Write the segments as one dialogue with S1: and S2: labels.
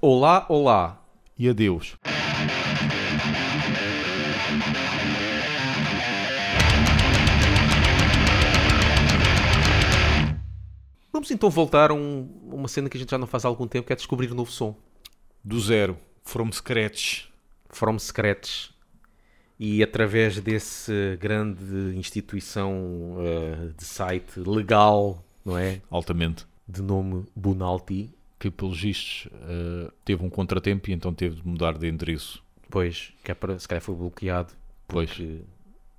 S1: Olá, olá e adeus. Vamos então voltar a um- uma cena que a gente já não faz há algum tempo, que é descobrir um novo som.
S2: Do zero. From scratch.
S1: From Scratch. E através desse grande instituição eh, de site legal, não é?
S2: Altamente.
S1: De nome Bunalti.
S2: Que, pelos vistos, eh, teve um contratempo e então teve de mudar de endereço.
S1: Pois, que é para, se calhar foi bloqueado.
S2: Pois.
S1: que-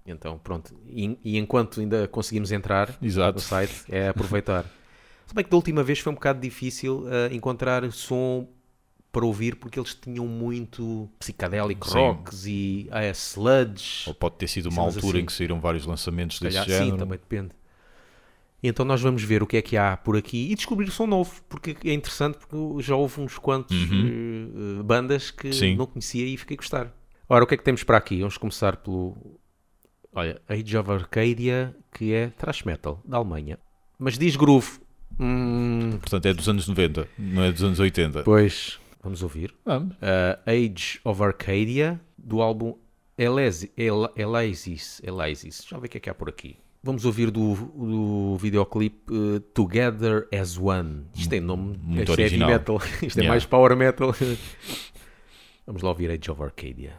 S1: então, pronto. E, e enquanto ainda conseguimos entrar no
S2: Exato.
S1: site, é aproveitar. Se bem que da última vez foi um bocado difícil eh, encontrar som para ouvir porque eles tinham muito psicadélico,
S2: Sim.
S1: rocks e eh, sludge.
S2: Ou pode ter sido uma
S1: Cenas
S2: altura
S1: assim.
S2: em que saíram vários lançamentos desse
S1: calhar
S2: género.
S1: sim, também depende. Então nós vamos ver o que é que há por aqui e descobrir som novo, porque é interessante porque já houve uns quantos eh, eh, bandas que
S2: Uhum. Sim.
S1: não conhecia e fiquei a gostar. Ora, o que é que temos para aqui? Vamos começar pelo olha, Age of Arcadia, que é thrash metal da Alemanha. Mas diz groove. Hum,
S2: Portanto, é dos anos 90, não é dos anos Ah, 80.
S1: pois, vamos ouvir.
S2: Vamos.
S1: Uh, Age of Arcadia, do álbum Elesi- El- Elasis. Elasis. Deixa eu ver o que é que há por aqui. Vamos ouvir do, do videoclipe uh, Together as One. Isto tem nome. isto
S2: Muito original.
S1: é heavy metal. Isto é
S2: Yeah.
S1: mais power metal. Vamos lá ouvir Age of Arcadia.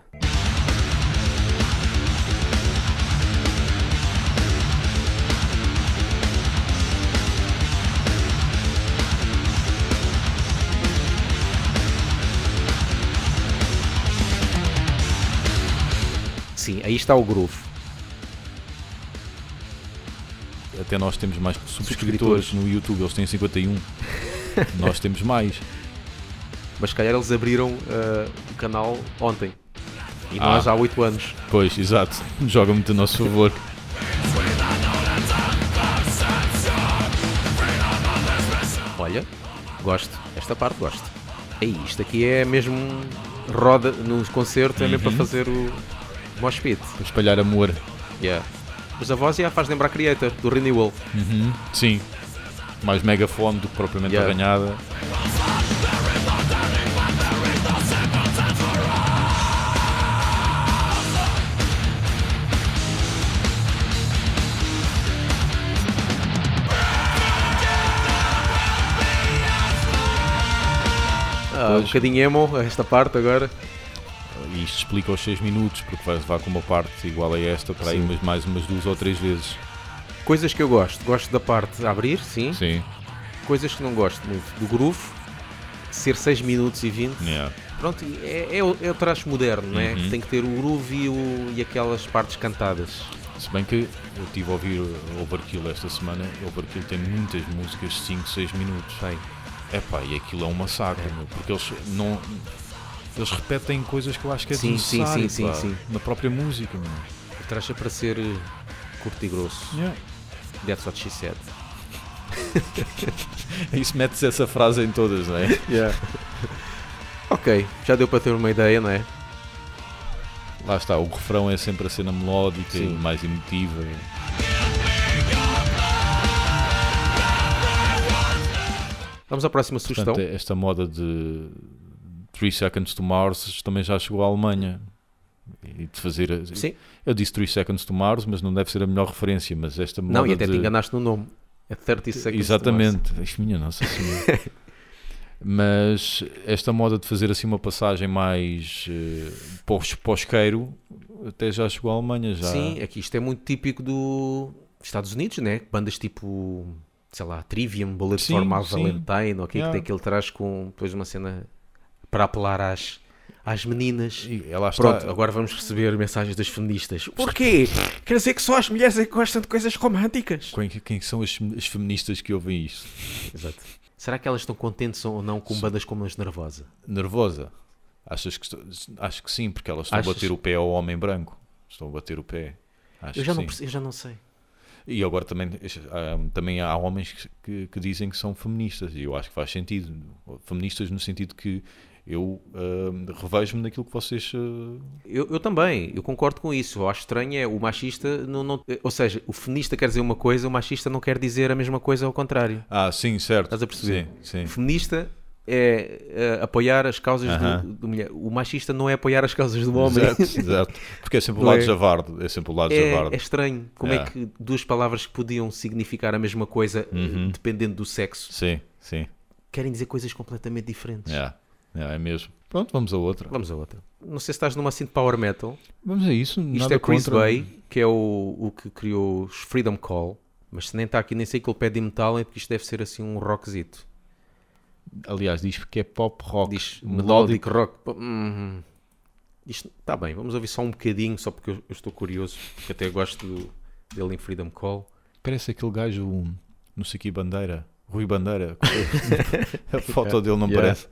S1: Sim, aí está o groove. É.
S2: Até nós temos mais subscritores no YouTube, eles têm 51. nós temos mais.
S1: Mas se calhar eles abriram uh, o canal ontem. E
S2: Ah.
S1: nós há 8 anos.
S2: Pois, exato. Joga muito a nosso favor.
S1: Olha, gosto. Esta parte gosto. É isto aqui é mesmo roda nos concertos, é mesmo para fazer o mosh pit.
S2: Para espalhar amor.
S1: Yeah. Mas a voz já faz lembrar Creator, do Renewal.
S2: Uhum. Sim. Mais megafone do que propriamente
S1: Yeah.
S2: arranhada.
S1: Ah, um bocadinho emo, esta parte agora.
S2: E isto explica os 6 minutos, porque vai levar com uma parte igual a esta para aí,
S1: Sim.
S2: mas mais umas duas ou três vezes.
S1: Coisas que eu gosto. Gosto da parte de abrir, sim.
S2: Sim.
S1: Coisas que não gosto muito. Do groove, ser 6 minutos e 20.
S2: Yeah.
S1: Pronto, e é, é, o- é o traje moderno, não é? Que Tem que ter o groove e, o- e aquelas partes cantadas.
S2: Se bem que eu estive a ouvir Overkill esta semana, Overkill tem muitas músicas de 5, 6 minutos.
S1: Tem.
S2: Epá, e aquilo é um massacre, meu, porque eles não. Eles repetem coisas que eu acho que é
S1: Sim, sim,
S2: desnecessário
S1: sim,
S2: pá,
S1: sim,
S2: na própria música. Meu.
S1: O traje é para ser eh, curto e grosso. That's what she said.
S2: É Isso mete-se essa frase em todas, não é?
S1: Ok, já deu para ter uma ideia, não é?
S2: Lá está, o refrão é sempre a cena melódica
S1: Sim.
S2: e mais emotiva. e-
S1: Vamos à próxima sugestão.
S2: Portanto, é esta moda de 3 Seconds to Mars também já chegou à Alemanha. E de fazer. a-
S1: Sim.
S2: Eu disse 3 Seconds to Mars, mas não deve ser a melhor referência, mas esta moda
S1: Não, e até
S2: de...
S1: te enganaste no nome. É 30 seconds. to Mars.
S2: Exatamente. Ixi, minha nossa senhora. Mas esta moda de fazer assim uma passagem mais eh, pós posqueiro até já chegou à Alemanha. Já.
S1: Sim, aqui isto é muito típico dos Estados Unidos, né? Bandas tipo, sei lá, Trivium, Bullet
S2: Sim,
S1: for My
S2: sim.
S1: Valentine, ou o que é que
S2: Yeah.
S1: tem aquele traje com depois uma cena para apelar às, às meninas.
S2: E ela está.
S1: Pronto, agora vamos receber mensagens das feministas. Porquê? Quer dizer que só as mulheres é que gostam de coisas românticas.
S2: Quem, quem são as, as feministas que ouvem isto?
S1: Exato. Será que elas estão contentes ou não com bandas como as Nervosa?
S2: Nervosa? Achas que estou- Acho que sim, porque elas estão
S1: Achas?
S2: a bater o pé ao homem branco. Estão a bater o pé. Acho
S1: Eu já,
S2: que
S1: não,
S2: sim.
S1: perce- eu já não sei.
S2: E agora também, ah, também há homens que- que, que dizem que são feministas, e eu acho que faz sentido. Feministas no sentido que eu ah, revejo-me naquilo que vocês. ah,
S1: Eu, eu também, eu concordo com isso. Eu acho estranho é o machista, não, não- eh, ou seja, o feminista quer dizer uma coisa, o machista não quer dizer a mesma coisa ao contrário.
S2: Ah, sim, certo.
S1: Estás a perceber?
S2: Sim, sim.
S1: Feminista é eh, apoiar as causas do-
S2: Aham.
S1: do mulher. O machista não é apoiar as causas do homem.
S2: Exato, exato. Porque é sempre o
S1: Não
S2: lado
S1: é?
S2: javardo. É sempre o lado
S1: É,
S2: javardo.
S1: é estranho como
S2: Yeah.
S1: é que duas palavras que podiam significar a mesma coisa eh,
S2: Uhum.
S1: dependendo do sexo
S2: Sim, sim.
S1: querem dizer coisas completamente diferentes.
S2: Yeah. Yeah, é mesmo. Pronto, vamos a outra.
S1: Vamos a outra. Não sei se estás numa assim de power metal.
S2: Vamos a isso.
S1: Isto
S2: nada
S1: é Chris
S2: contra.
S1: Bay, que é o, o que criou os Freedom Call. Mas se nem está aqui, nem sei que ele pede metal, é porque isto deve ser assim um rockzito.
S2: Aliás, diz que é pop rock.
S1: Diz melodic Um rock. Pô, hum, isto está bem, vamos ouvir só um bocadinho, só porque eu, eu estou curioso, porque até gosto do- dele em Freedom Call.
S2: Parece aquele gajo, um, não sei que Bandeira, Rui Bandeira. a foto dele não
S1: Yeah.
S2: parece.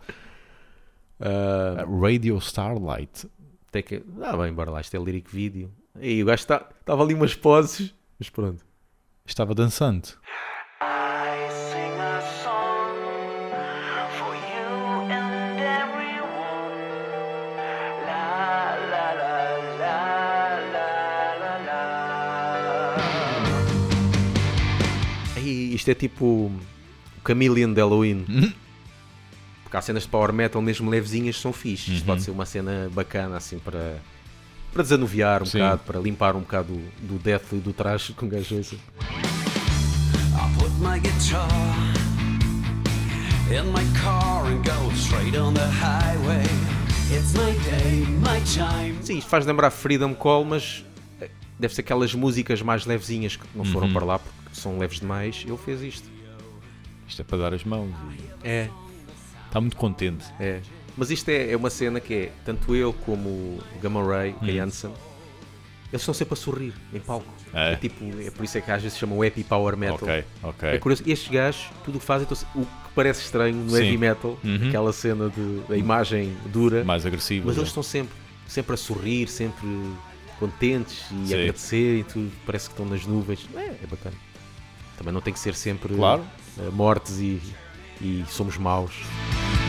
S2: Ah, Radio Starlight.
S1: Até que. Ah, bem, bora lá, isto é lírico vídeo. E o gajo está- estava ali umas poses, mas pronto.
S2: Estava dançante.
S3: I sing a song for you and everyone. La la la la la la la.
S1: Aí, isto é tipo o Chameleon de Halloween. Porque há cenas de power metal, mesmo levezinhas, que são fixe. Isto pode ser uma cena bacana, assim, para, para desanuviar um
S2: Sim.
S1: bocado, para limpar um bocado do, do death e do traje com gajo assim.
S4: I put my guitar in my car and go straight on the highway. It's my day, my time.
S1: Sim, isto faz lembrar Freedom Call, mas eh, deve ser aquelas músicas mais levezinhas que não foram para lá, porque são leves demais. Ele fez isto.
S2: Isto é para dar as mãos.
S1: É,
S2: Está muito contente.
S1: É. Mas isto é, é uma cena que é tanto ele como o Gamma Ray, o
S2: Hum.
S1: Guy Hansen, eles estão sempre a sorrir em palco.
S2: É.
S1: tipo, é por isso é que às vezes se chama o Happy Power Metal.
S2: Ok, ok.
S1: É curioso, estes gajos tudo o que fazem, então, se- o que parece estranho no
S2: Sim. Uhum.
S1: heavy metal, aquela cena de da imagem dura,
S2: Mais agressivo.
S1: mas
S2: né?
S1: eles estão sempre, sempre a sorrir, sempre contentes e
S2: Sim.
S1: a agradecer e tudo, parece que estão nas nuvens. É, é bacana. Também não tem que ser sempre
S2: Claro.
S1: eh, mortes e- e somos maus.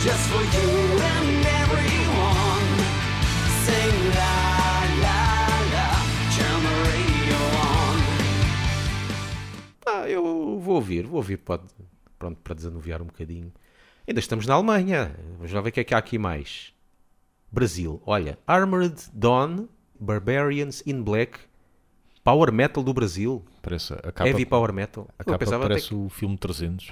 S4: Just for you and everyone. Sing la la la. Turn the radio on.
S1: Ah, eu vou ouvir, vou ouvir pode, pronto, para desanuviar um bocadinho. Ainda estamos na Alemanha, vamos lá ver o que é que há aqui mais. Brasil, olha, Armored Dawn, Barbarians in Black, Power Metal do Brasil,
S2: Parece a capa,
S1: Heavy Power Metal.
S2: a
S1: Eu
S2: capa
S1: pensava até
S2: parece
S1: que-
S2: o filme 300.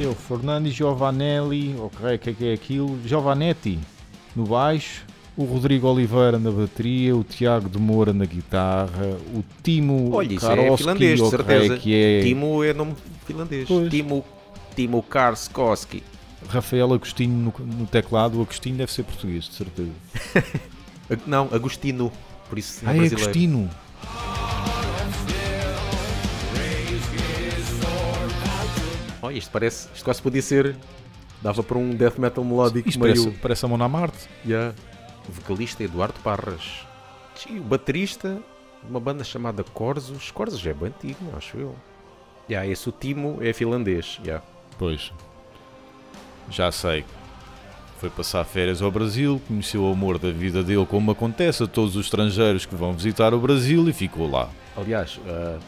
S2: Eu, Fernando Giovanelli, ok, o que é que é aquilo? Giovanetti no baixo, o Rodrigo Oliveira na bateria, o Tiago de Moura na guitarra, o Timo
S1: Olha, isso é
S2: Karowski,
S1: finlandês, de
S2: ok,
S1: certeza.
S2: que é
S1: Timo é nome finlandês.
S2: Pois.
S1: Timo, Timo Karskoski.
S2: Rafael Agostinho no, no teclado. O Agostinho deve ser português, de certeza.
S1: Ag- Não, Agostino, por isso é
S2: Ah, é
S1: brasileiro.
S2: Agostino!
S1: Olha, isto parece, isto quase podia ser, dava para um death metal melódico
S2: Isto
S1: meio...
S2: parece, parece a Mona Marte.
S1: Yeah. O vocalista é Eduardo Parras. E o baterista de uma banda chamada Corzos. Corzos é bem antigo, acho eu. Yeah, esse o Timo é finlandês. Yeah.
S2: Pois. Já sei. Foi passar férias ao Brasil, conheceu o amor da vida dele, como acontece a todos os estrangeiros que vão visitar o Brasil, e ficou lá.
S1: Aliás, a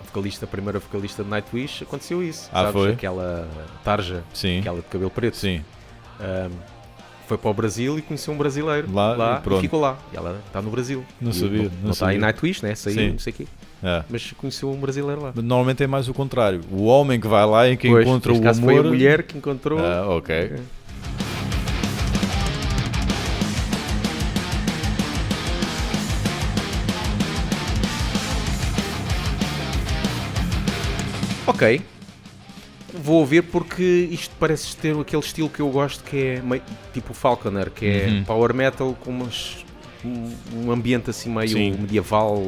S1: a vocalista, a primeira vocalista de Nightwish, aconteceu isso.
S2: Ah,
S1: sabes?
S2: foi?
S1: Aquela tarja,
S2: Sim.
S1: aquela de cabelo preto.
S2: Sim.
S1: Foi para o Brasil e conheceu um brasileiro.
S2: Lá, e pronto.
S1: ficou lá. E ela está no Brasil.
S2: Não
S1: E
S2: sabia,
S1: Não,
S2: não
S1: não está em
S2: sabia.
S1: Nightwish, né? Saiu,
S2: Sim.
S1: não sei o quê.
S2: É.
S1: Mas conheceu um brasileiro lá.
S2: Normalmente é mais o contrário. O homem que vai lá e que
S1: Pois,
S2: encontra
S1: neste
S2: o
S1: caso
S2: amor.
S1: foi a mulher que encontrou.
S2: Ah, ok.
S1: Ok. Vou ouvir porque isto parece ter aquele estilo que eu gosto que é meio, tipo Falconer, que é
S2: Uhum.
S1: power metal com umas- um, um ambiente assim meio
S2: Sim. Uhum.
S1: medieval.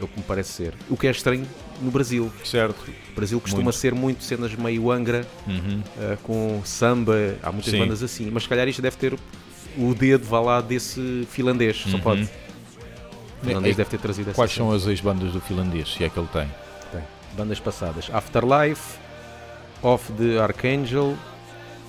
S1: É o que me parece ser. O que é estranho no Brasil.
S2: Certo.
S1: O Brasil costuma
S2: Muito. Uhum.
S1: ser muito cenas meio angra, ah, com samba, há muitas
S2: Sim.
S1: bandas assim, mas se calhar isto deve ter o dedo, vá lá, desse finlandês, só pode. O finlandês
S2: Uhum. É-
S1: deve ter trazido essa
S2: Quais
S1: cena.
S2: são as ex-bandas do finlandês, se é que ele tem?
S1: Tem. Bandas passadas. Afterlife, Off the Archangel,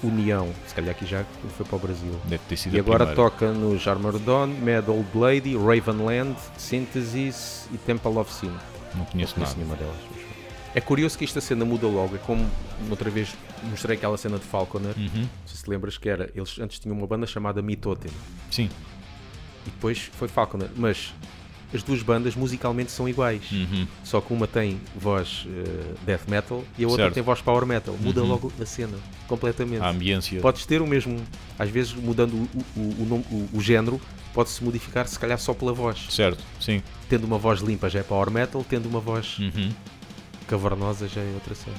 S1: União. Se calhar aqui já foi para o Brasil.
S2: Deve ter sido
S1: E
S2: a
S1: agora
S2: primeira.
S1: toca nos Armored Dawn, Mad Old Lady, Ravenland, Synthesis e Temple of Sin.
S2: Não conheço
S1: Não
S2: nada.
S1: sei nenhuma delas. mas- É curioso que esta cena muda logo. É como outra vez mostrei aquela cena de Falconer.
S2: Uhum.
S1: Não sei se lembras que era. Eles antes tinham uma banda chamada Mitotem
S2: Sim.
S1: e depois foi Falconer. Mas as duas bandas musicalmente são iguais.
S2: Uhum.
S1: Só que uma tem voz eh, death metal e a outra
S2: Certo. Uhum. Ah,
S1: tem voz power metal. Muda logo a cena completamente.
S2: A ambiência.
S1: Podes ter o mesmo, às vezes mudando o, o, o, nome- o- o género, pode-se modificar se calhar só pela voz.
S2: Certo, sim.
S1: Tendo uma voz limpa já é power metal, tendo uma voz
S2: Uhum.
S1: cavernosa já é outra cena.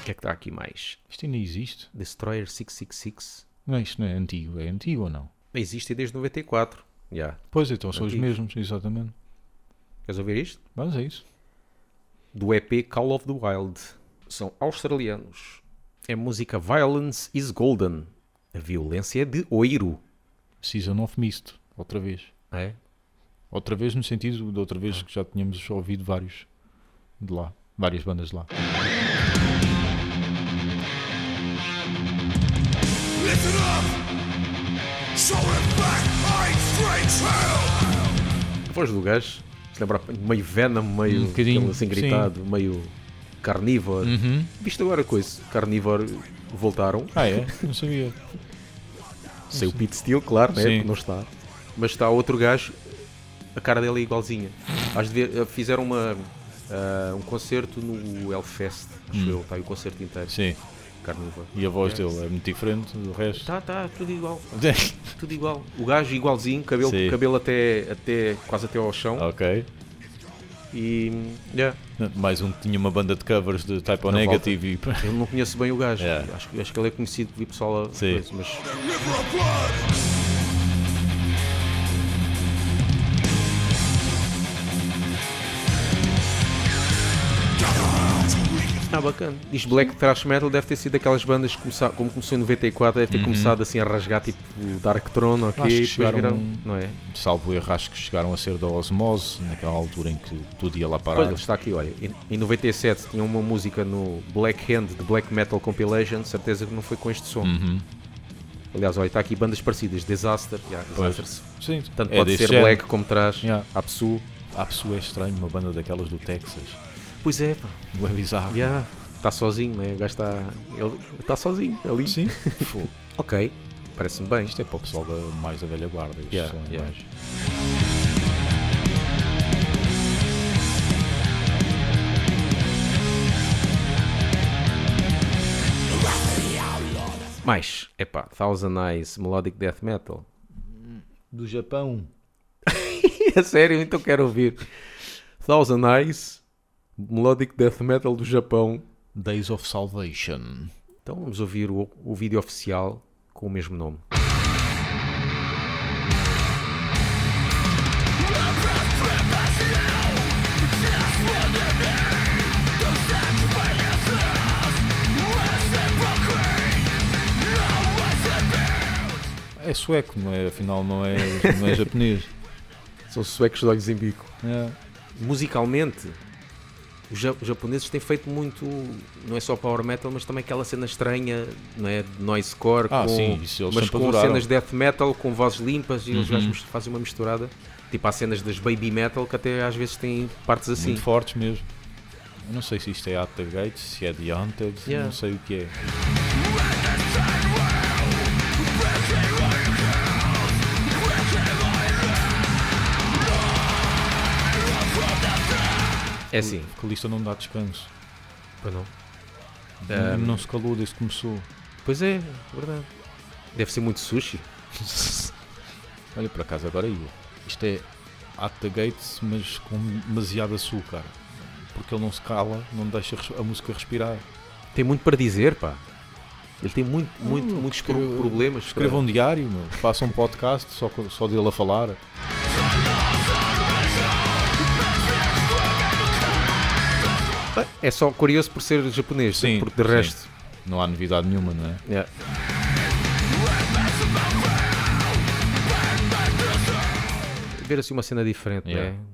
S1: O que é que está aqui mais?
S2: Isto ainda existe?
S1: Destroyer 666.
S2: Não, isto não é antigo. É antigo ou não?
S1: Existe desde 94. Já.
S2: Pois então, são
S1: Antigo.
S2: os mesmos, exatamente.
S1: Queres ouvir isto?
S2: Mas é isso.
S1: do EP Call of the Wild. São australianos. É música Violence is Golden. A violência é de oiro.
S2: Season of Mist, outra vez.
S1: É?
S2: Outra vez no sentido de outra
S1: Ah.
S2: vez que já tínhamos ouvido vários de lá. Várias bandas de lá.
S5: Listen up! Show him back my straight trail!
S1: A voz do gajo, se lembra, meio Venom, meio
S2: Um
S1: aquele
S2: bocadinho,
S1: assim
S2: sim. Uhum.
S1: gritado, meio carnívoro. Visto agora com isso, carnívoro voltaram.
S2: Ah é? Não sabia.
S1: Sem o Pete Steele, claro, né?
S2: Sim.
S1: Porque não está. Mas está outro gajo, a cara dele é igualzinha. Hás de ver, eh, fizeram uma, ah, um concerto no Hellfest, acho eu, está aí o concerto inteiro.
S2: Hum. Sim.
S1: Carnívoro.
S2: E a voz dele é muito diferente do resto.
S1: Tá, tá, tudo igual. Tudo igual. O gajo igualzinho, cabelo,
S2: Sim.
S1: cabelo até, até quase até ao chão.
S2: ok. Ah.
S1: E. é, yeah,
S2: Mais um que tinha uma banda de covers de Type O
S1: Não
S2: Negative e.
S1: Eu não conheço bem o gajo.
S2: Yeah.
S1: Acho, que- acho que ele é conhecido vi pessoal a
S2: Sim.
S1: coisa, mas
S5: The river of blood!
S1: está Tá bacana. Diz Black Thrash Metal deve ter sido daquelas bandas que começaram, como começou em 94,
S2: Uhum.
S1: deve ter começado assim a rasgar tipo o Dark Throne ok,
S2: Acho que
S1: e depois
S2: chegaram-
S1: viraram, não é?
S2: Salvo erro, acho que chegaram a ser da Osmose, naquela altura em que tudo ia lá
S1: Pois
S2: parar.
S1: ele está aqui, olha. Em, em 97 tinha uma música no Black Hand de Black Metal Compilation, certeza que não foi com este som.
S2: Uhum.
S1: Aliás, olha, está aqui bandas parecidas, Disaster, yeah,
S2: Pois.
S1: Disaster
S2: Sim,
S1: Tanto
S2: é
S1: pode
S2: desse
S1: ser
S2: género.
S1: black como traz,
S2: Yeah.
S1: Apsu.
S2: Há pessoa estranha, uma banda daquelas do Texas.
S1: Pois é, pá.
S2: Não é bizarro?
S1: Yeah. Está sozinho, né? O gajo está. Ele está sozinho ali.
S2: Sim. Fogo.
S1: Ok, parece-me bem.
S2: Isto é para o pessoal da, mais da velha guarda. Isto
S1: Yeah,
S2: são
S1: yeah.
S2: mais-
S1: Mais, epá, Thousand Eyes Melodic Death Metal.
S2: Do Japão.
S1: É sério, então quero ouvir. Thousand Eyes Melodic Death Metal do Japão.
S2: Days of Salvation.
S1: Então vamos ouvir o, o vídeo oficial com o mesmo nome.
S2: É sueco, não é? Afinal, não é, não é japonês.
S1: São suecos de olhos em bico.
S2: É.
S1: musicalmente os, ja- os japoneses têm feito muito não é só power metal mas também aquela cena estranha não é de noisecore
S2: Ah,
S1: com,
S2: sim, isso eles
S1: mas
S2: sempre
S1: com
S2: adoraram. Uhum.
S1: cenas de death metal com vozes limpas e eles já mis- fazem uma misturada tipo há cenas das baby metal que até às vezes têm partes assim
S2: Muito fortes mesmo. Eu não sei se isto é At the Gates, se é The Haunted,
S1: Yeah.
S2: não sei o que é.
S1: é assim
S2: Que lista não dá descanso.
S1: pois não Um,
S2: Não- Não se calou desde que começou.
S1: pois é é verdade deve ser muito sushi
S2: Olha, por acaso agora eu. Isto é At the Gates, mas com demasiado açúcar. Porque ele não se cala, não deixa res- a música respirar.
S1: tem muito para dizer pá ele tem muito, muito,
S2: Hum,
S1: muitos
S2: escreva-
S1: pro- problemas para-
S2: Escreva um diário, meu. faça um podcast só, com- só dele a falar.
S1: é só curioso por ser japonês
S2: Sim,
S1: porque de
S2: sim.
S1: resto
S2: Não há novidade nenhuma, não é?
S1: Yeah. Ver assim uma cena diferente,
S2: Yeah.
S1: assim é? né?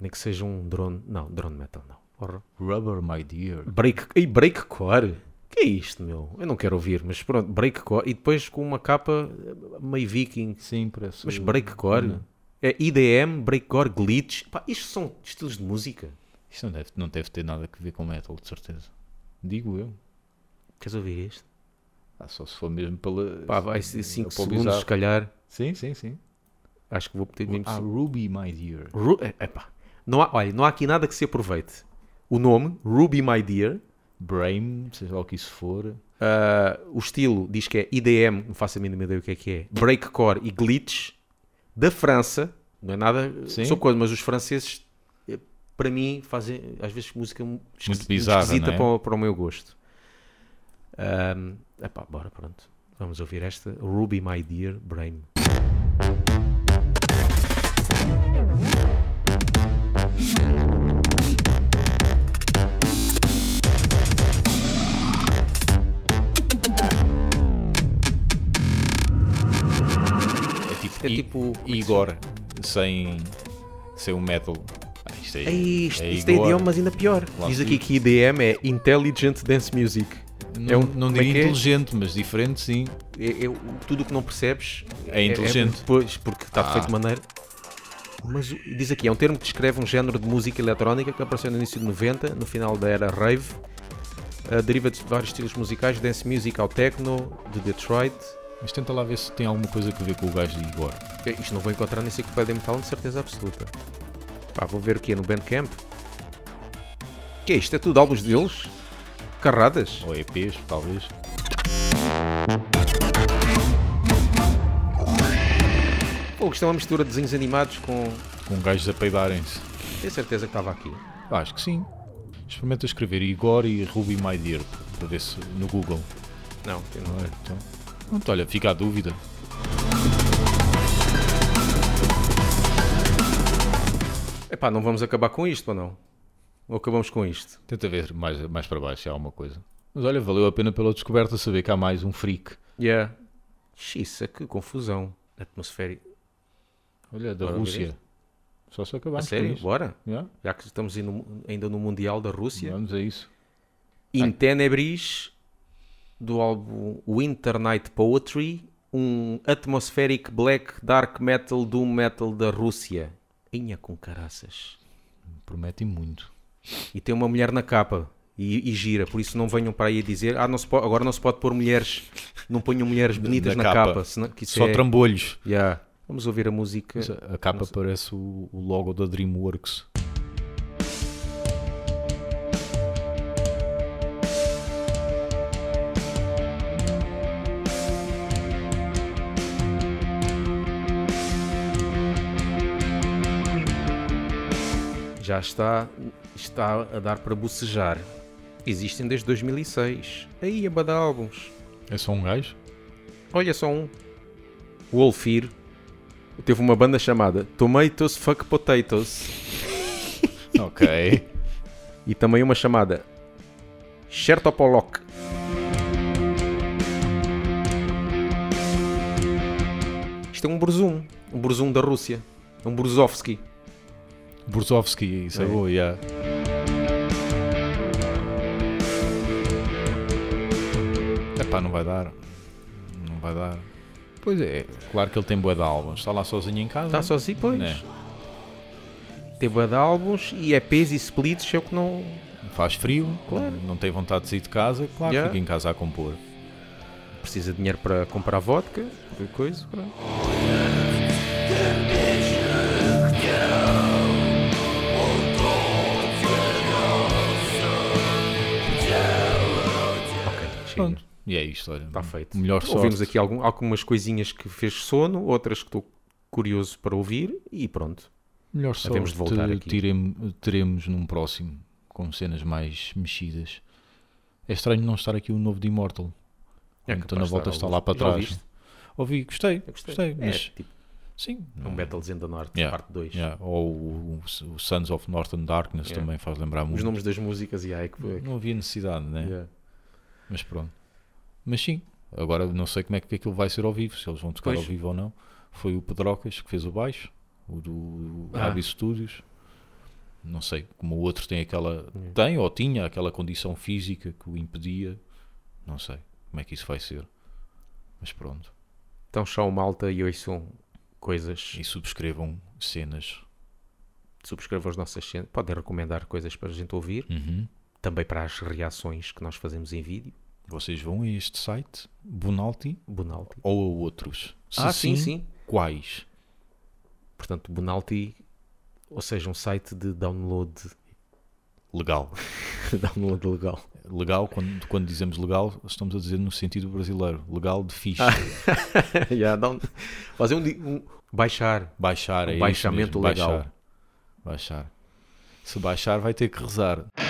S1: Nem que seja um drone. Não, drone metal não. Horror.
S2: Rubber, my dear.
S1: Break, e breakcore? Que é isto, meu? Eu não quero ouvir, mas pronto, breakcore. E depois com uma capa eh, meio viking.
S2: Sim, parece.
S1: Mas breakcore?
S2: hum.
S1: É IDM, breakcore, glitch. Pá, isto são estilos de música.
S2: Isto não deve, não deve ter nada a ver com metal, de certeza. Digo eu.
S1: Queres ouvir isto?
S2: Ah, só se for mesmo pela.
S1: Pá, vai ser 5
S2: é para o
S1: segundos,
S2: bizarro.
S1: se calhar.
S2: Sim, sim, sim.
S1: Acho que vou pedir mesmo.
S2: Ah, Ruby, my dear.
S1: Ru- é- epá. Não há, olha, não há aqui nada que se aproveite. O nome, Ruby My Dear.
S2: Brain, seja lá o que isso for. É
S1: Ah, o estilo diz que é IDM, não faço a mínima ideia o que é que é. Breakcore e glitch. Da França, não é nada
S2: Sim.
S1: são coisa, mas os franceses, eh, para mim, fazem às vezes música mu- esqui-
S2: Muito bizarra,
S1: esquisita
S2: não é?
S1: para, o- para o meu gosto. Ahm, epá, bora, pronto. Vamos ouvir esta. Ruby My Dear Brain.
S2: É tipo,
S1: É
S2: I-
S1: tipo-
S2: Igor, sem, sem o metal. Ah, isto é,
S1: É isto,
S2: é
S1: isto é
S2: Igor.
S1: idioma, mas ainda pior.
S2: Lá
S1: Diz
S2: se
S1: aqui
S2: diz.
S1: que IDM é Intelligent Dance Music.
S2: Não,
S1: é um-
S2: não
S1: como é
S2: diria
S1: que é?
S2: inteligente, mas diferente sim.
S1: É- é o- tudo o que não percebes
S2: É inteligente.
S1: pois, porque está
S2: Ah.
S1: feito de maneira. Mas o- diz aqui, é um termo que descreve um género de música eletrónica que apareceu no início de 90, no final da era rave. Ah, deriva de vários estilos musicais, dance music ao techno, de Detroit.
S2: Mas tenta lá ver se tem alguma coisa a ver com o gajo de Igor.
S1: Eh, Isto não vou encontrar na enciclopédia metal, de certeza absoluta. Pá, vou ver o que é no Bandcamp. Que é isto? É tudo álbuns deles? Carradas?
S2: Ou EPs, talvez.
S1: Pô, isto é uma mistura de desenhos animados com...
S2: Com gajos a peidarem-se.
S1: Tenho certeza que estava aqui.
S2: Eu acho que sim. Experimenta escrever Igor e Ruby My Dear para ver se no Google.
S1: Não, eu não.
S2: Não é? Então, pronto, olha, fica a dúvida.
S1: Epá, não vamos acabar com isto ou não? Ou acabamos com isto?
S2: Tenta ver mais, mais para baixo se há alguma coisa. Mas olha, valeu a pena pela descoberta saber que há mais um freak.
S1: Yeah. Xissa, que confusão. Atmosférico.
S2: Olha, da
S1: Bora ver
S2: Rússia.
S1: isto.
S2: Só se
S1: A
S2: acabar.
S1: sério? Bora?
S2: Yeah?
S1: Já que estamos aí no- ainda no Mundial da Rússia.
S2: Vamos a isso.
S1: In Tenebris, do álbum Winter Night Poetry, um atmospheric black dark metal doom metal da Rússia. Inha com caraças.
S2: Prometem muito.
S1: E tem uma mulher na capa. E, e gira, por isso não venham para aí dizer ah, não se po- agora não se pode pôr mulheres, não ponham mulheres bonitas na,
S2: na
S1: capa.
S2: capa.
S1: senão, que isso
S2: Só
S1: é-
S2: trambolhos.
S1: Yeah. Vamos ouvir a música.
S2: Mas é- A a capa parece o, o logo da Dreamworks.
S1: Já está, está a dar para bocejar. Existem desde 2006. Aí, a bada álbuns.
S2: É só um gajo?
S1: Olha só um. O Olfir teve uma banda chamada Tomatoes Fuck Potatoes
S2: Ok.
S1: e também uma chamada Chertopolok. Isto é um Burzum. Um Burzum da Rússia. Um Burzovski.
S2: Burzovski, isso é,
S1: É.
S2: boa, yeah. Epá, não vai dar. Não vai dar. Pois é, claro que ele tem boa de alma. Está lá sozinho em casa.
S1: Está sozinho, Tá assim, pois.
S2: Né?
S1: Teve bué de álbuns e EPs e splits, é o que não.
S2: Faz frio,
S1: Claro.
S2: não tem vontade de sair de casa, claro,
S1: Yeah.
S2: fica em casa a compor.
S1: Precisa de dinheiro para comprar vodka, qualquer coisa. pronto. Ok, chega.
S2: Pronto. E é isto, olha.
S1: Está feito.
S2: Melhor sorte.
S1: Ouvimos aqui algum- algumas coisinhas que fez sono, outras que estou curioso para ouvir e pronto.
S2: Melhor
S1: Havemos
S2: sorte
S1: de voltar aqui.
S2: tirem- teremos num próximo, com cenas mais mexidas. É estranho não estar aqui o novo de Immortal.
S1: É
S2: então
S1: capaz
S2: na
S1: de
S2: volta
S1: estar
S2: está
S1: algum.
S2: lá para
S1: Já
S2: trás.
S1: ouviste?
S2: Ouvi, gostei,
S1: Eu
S2: gostei,
S1: gostei.
S2: mas
S1: É, tipo,
S2: sim.
S1: um Battles in the North,
S2: Yeah,
S1: parte 2.
S2: yeah, Ou o, o Sons of Northern Darkness
S1: Yeah.
S2: também faz lembrar
S1: Os
S2: muito.
S1: nomes das músicas e aí que.
S2: Não havia necessidade, né?
S1: Yeah.
S2: Mas pronto. Mas sim, agora não sei como é que aquilo vai ser ao vivo, se eles vão tocar
S1: Pois.
S2: ao vivo ou não. Foi o Pedrocas que fez o baixo, o do
S1: Ah.
S2: Abbey Studios. não sei, como o outro tem aquela, tem ou tinha aquela condição física que o impedia, não sei como é que isso vai ser, mas pronto.
S1: Então, chão malta e ouçam coisas.
S2: E subscrevam cenas.
S1: Subscrevam as nossas cenas. Podem recomendar coisas para a gente ouvir. Também para as reações que nós fazemos em vídeo.
S2: Vocês vão a este site, Bonalti,
S1: Bonalti.
S2: ou a outros? Se
S1: Ah, sim, sim.
S2: Quais?
S1: Portanto, Bonalti, ou seja, um site de download,
S2: Legal.
S1: download legal.
S2: Legal, quando, quando dizemos legal, estamos a dizer no sentido brasileiro. Legal de fixe.
S1: Ah, Já, down- Fazer um, di- um- Baixar.
S2: Baixar, é
S1: Um
S2: isso
S1: baixamento
S2: mesmo,
S1: legal.
S2: Baixar. Baixar. Se baixar, vai ter que rezar.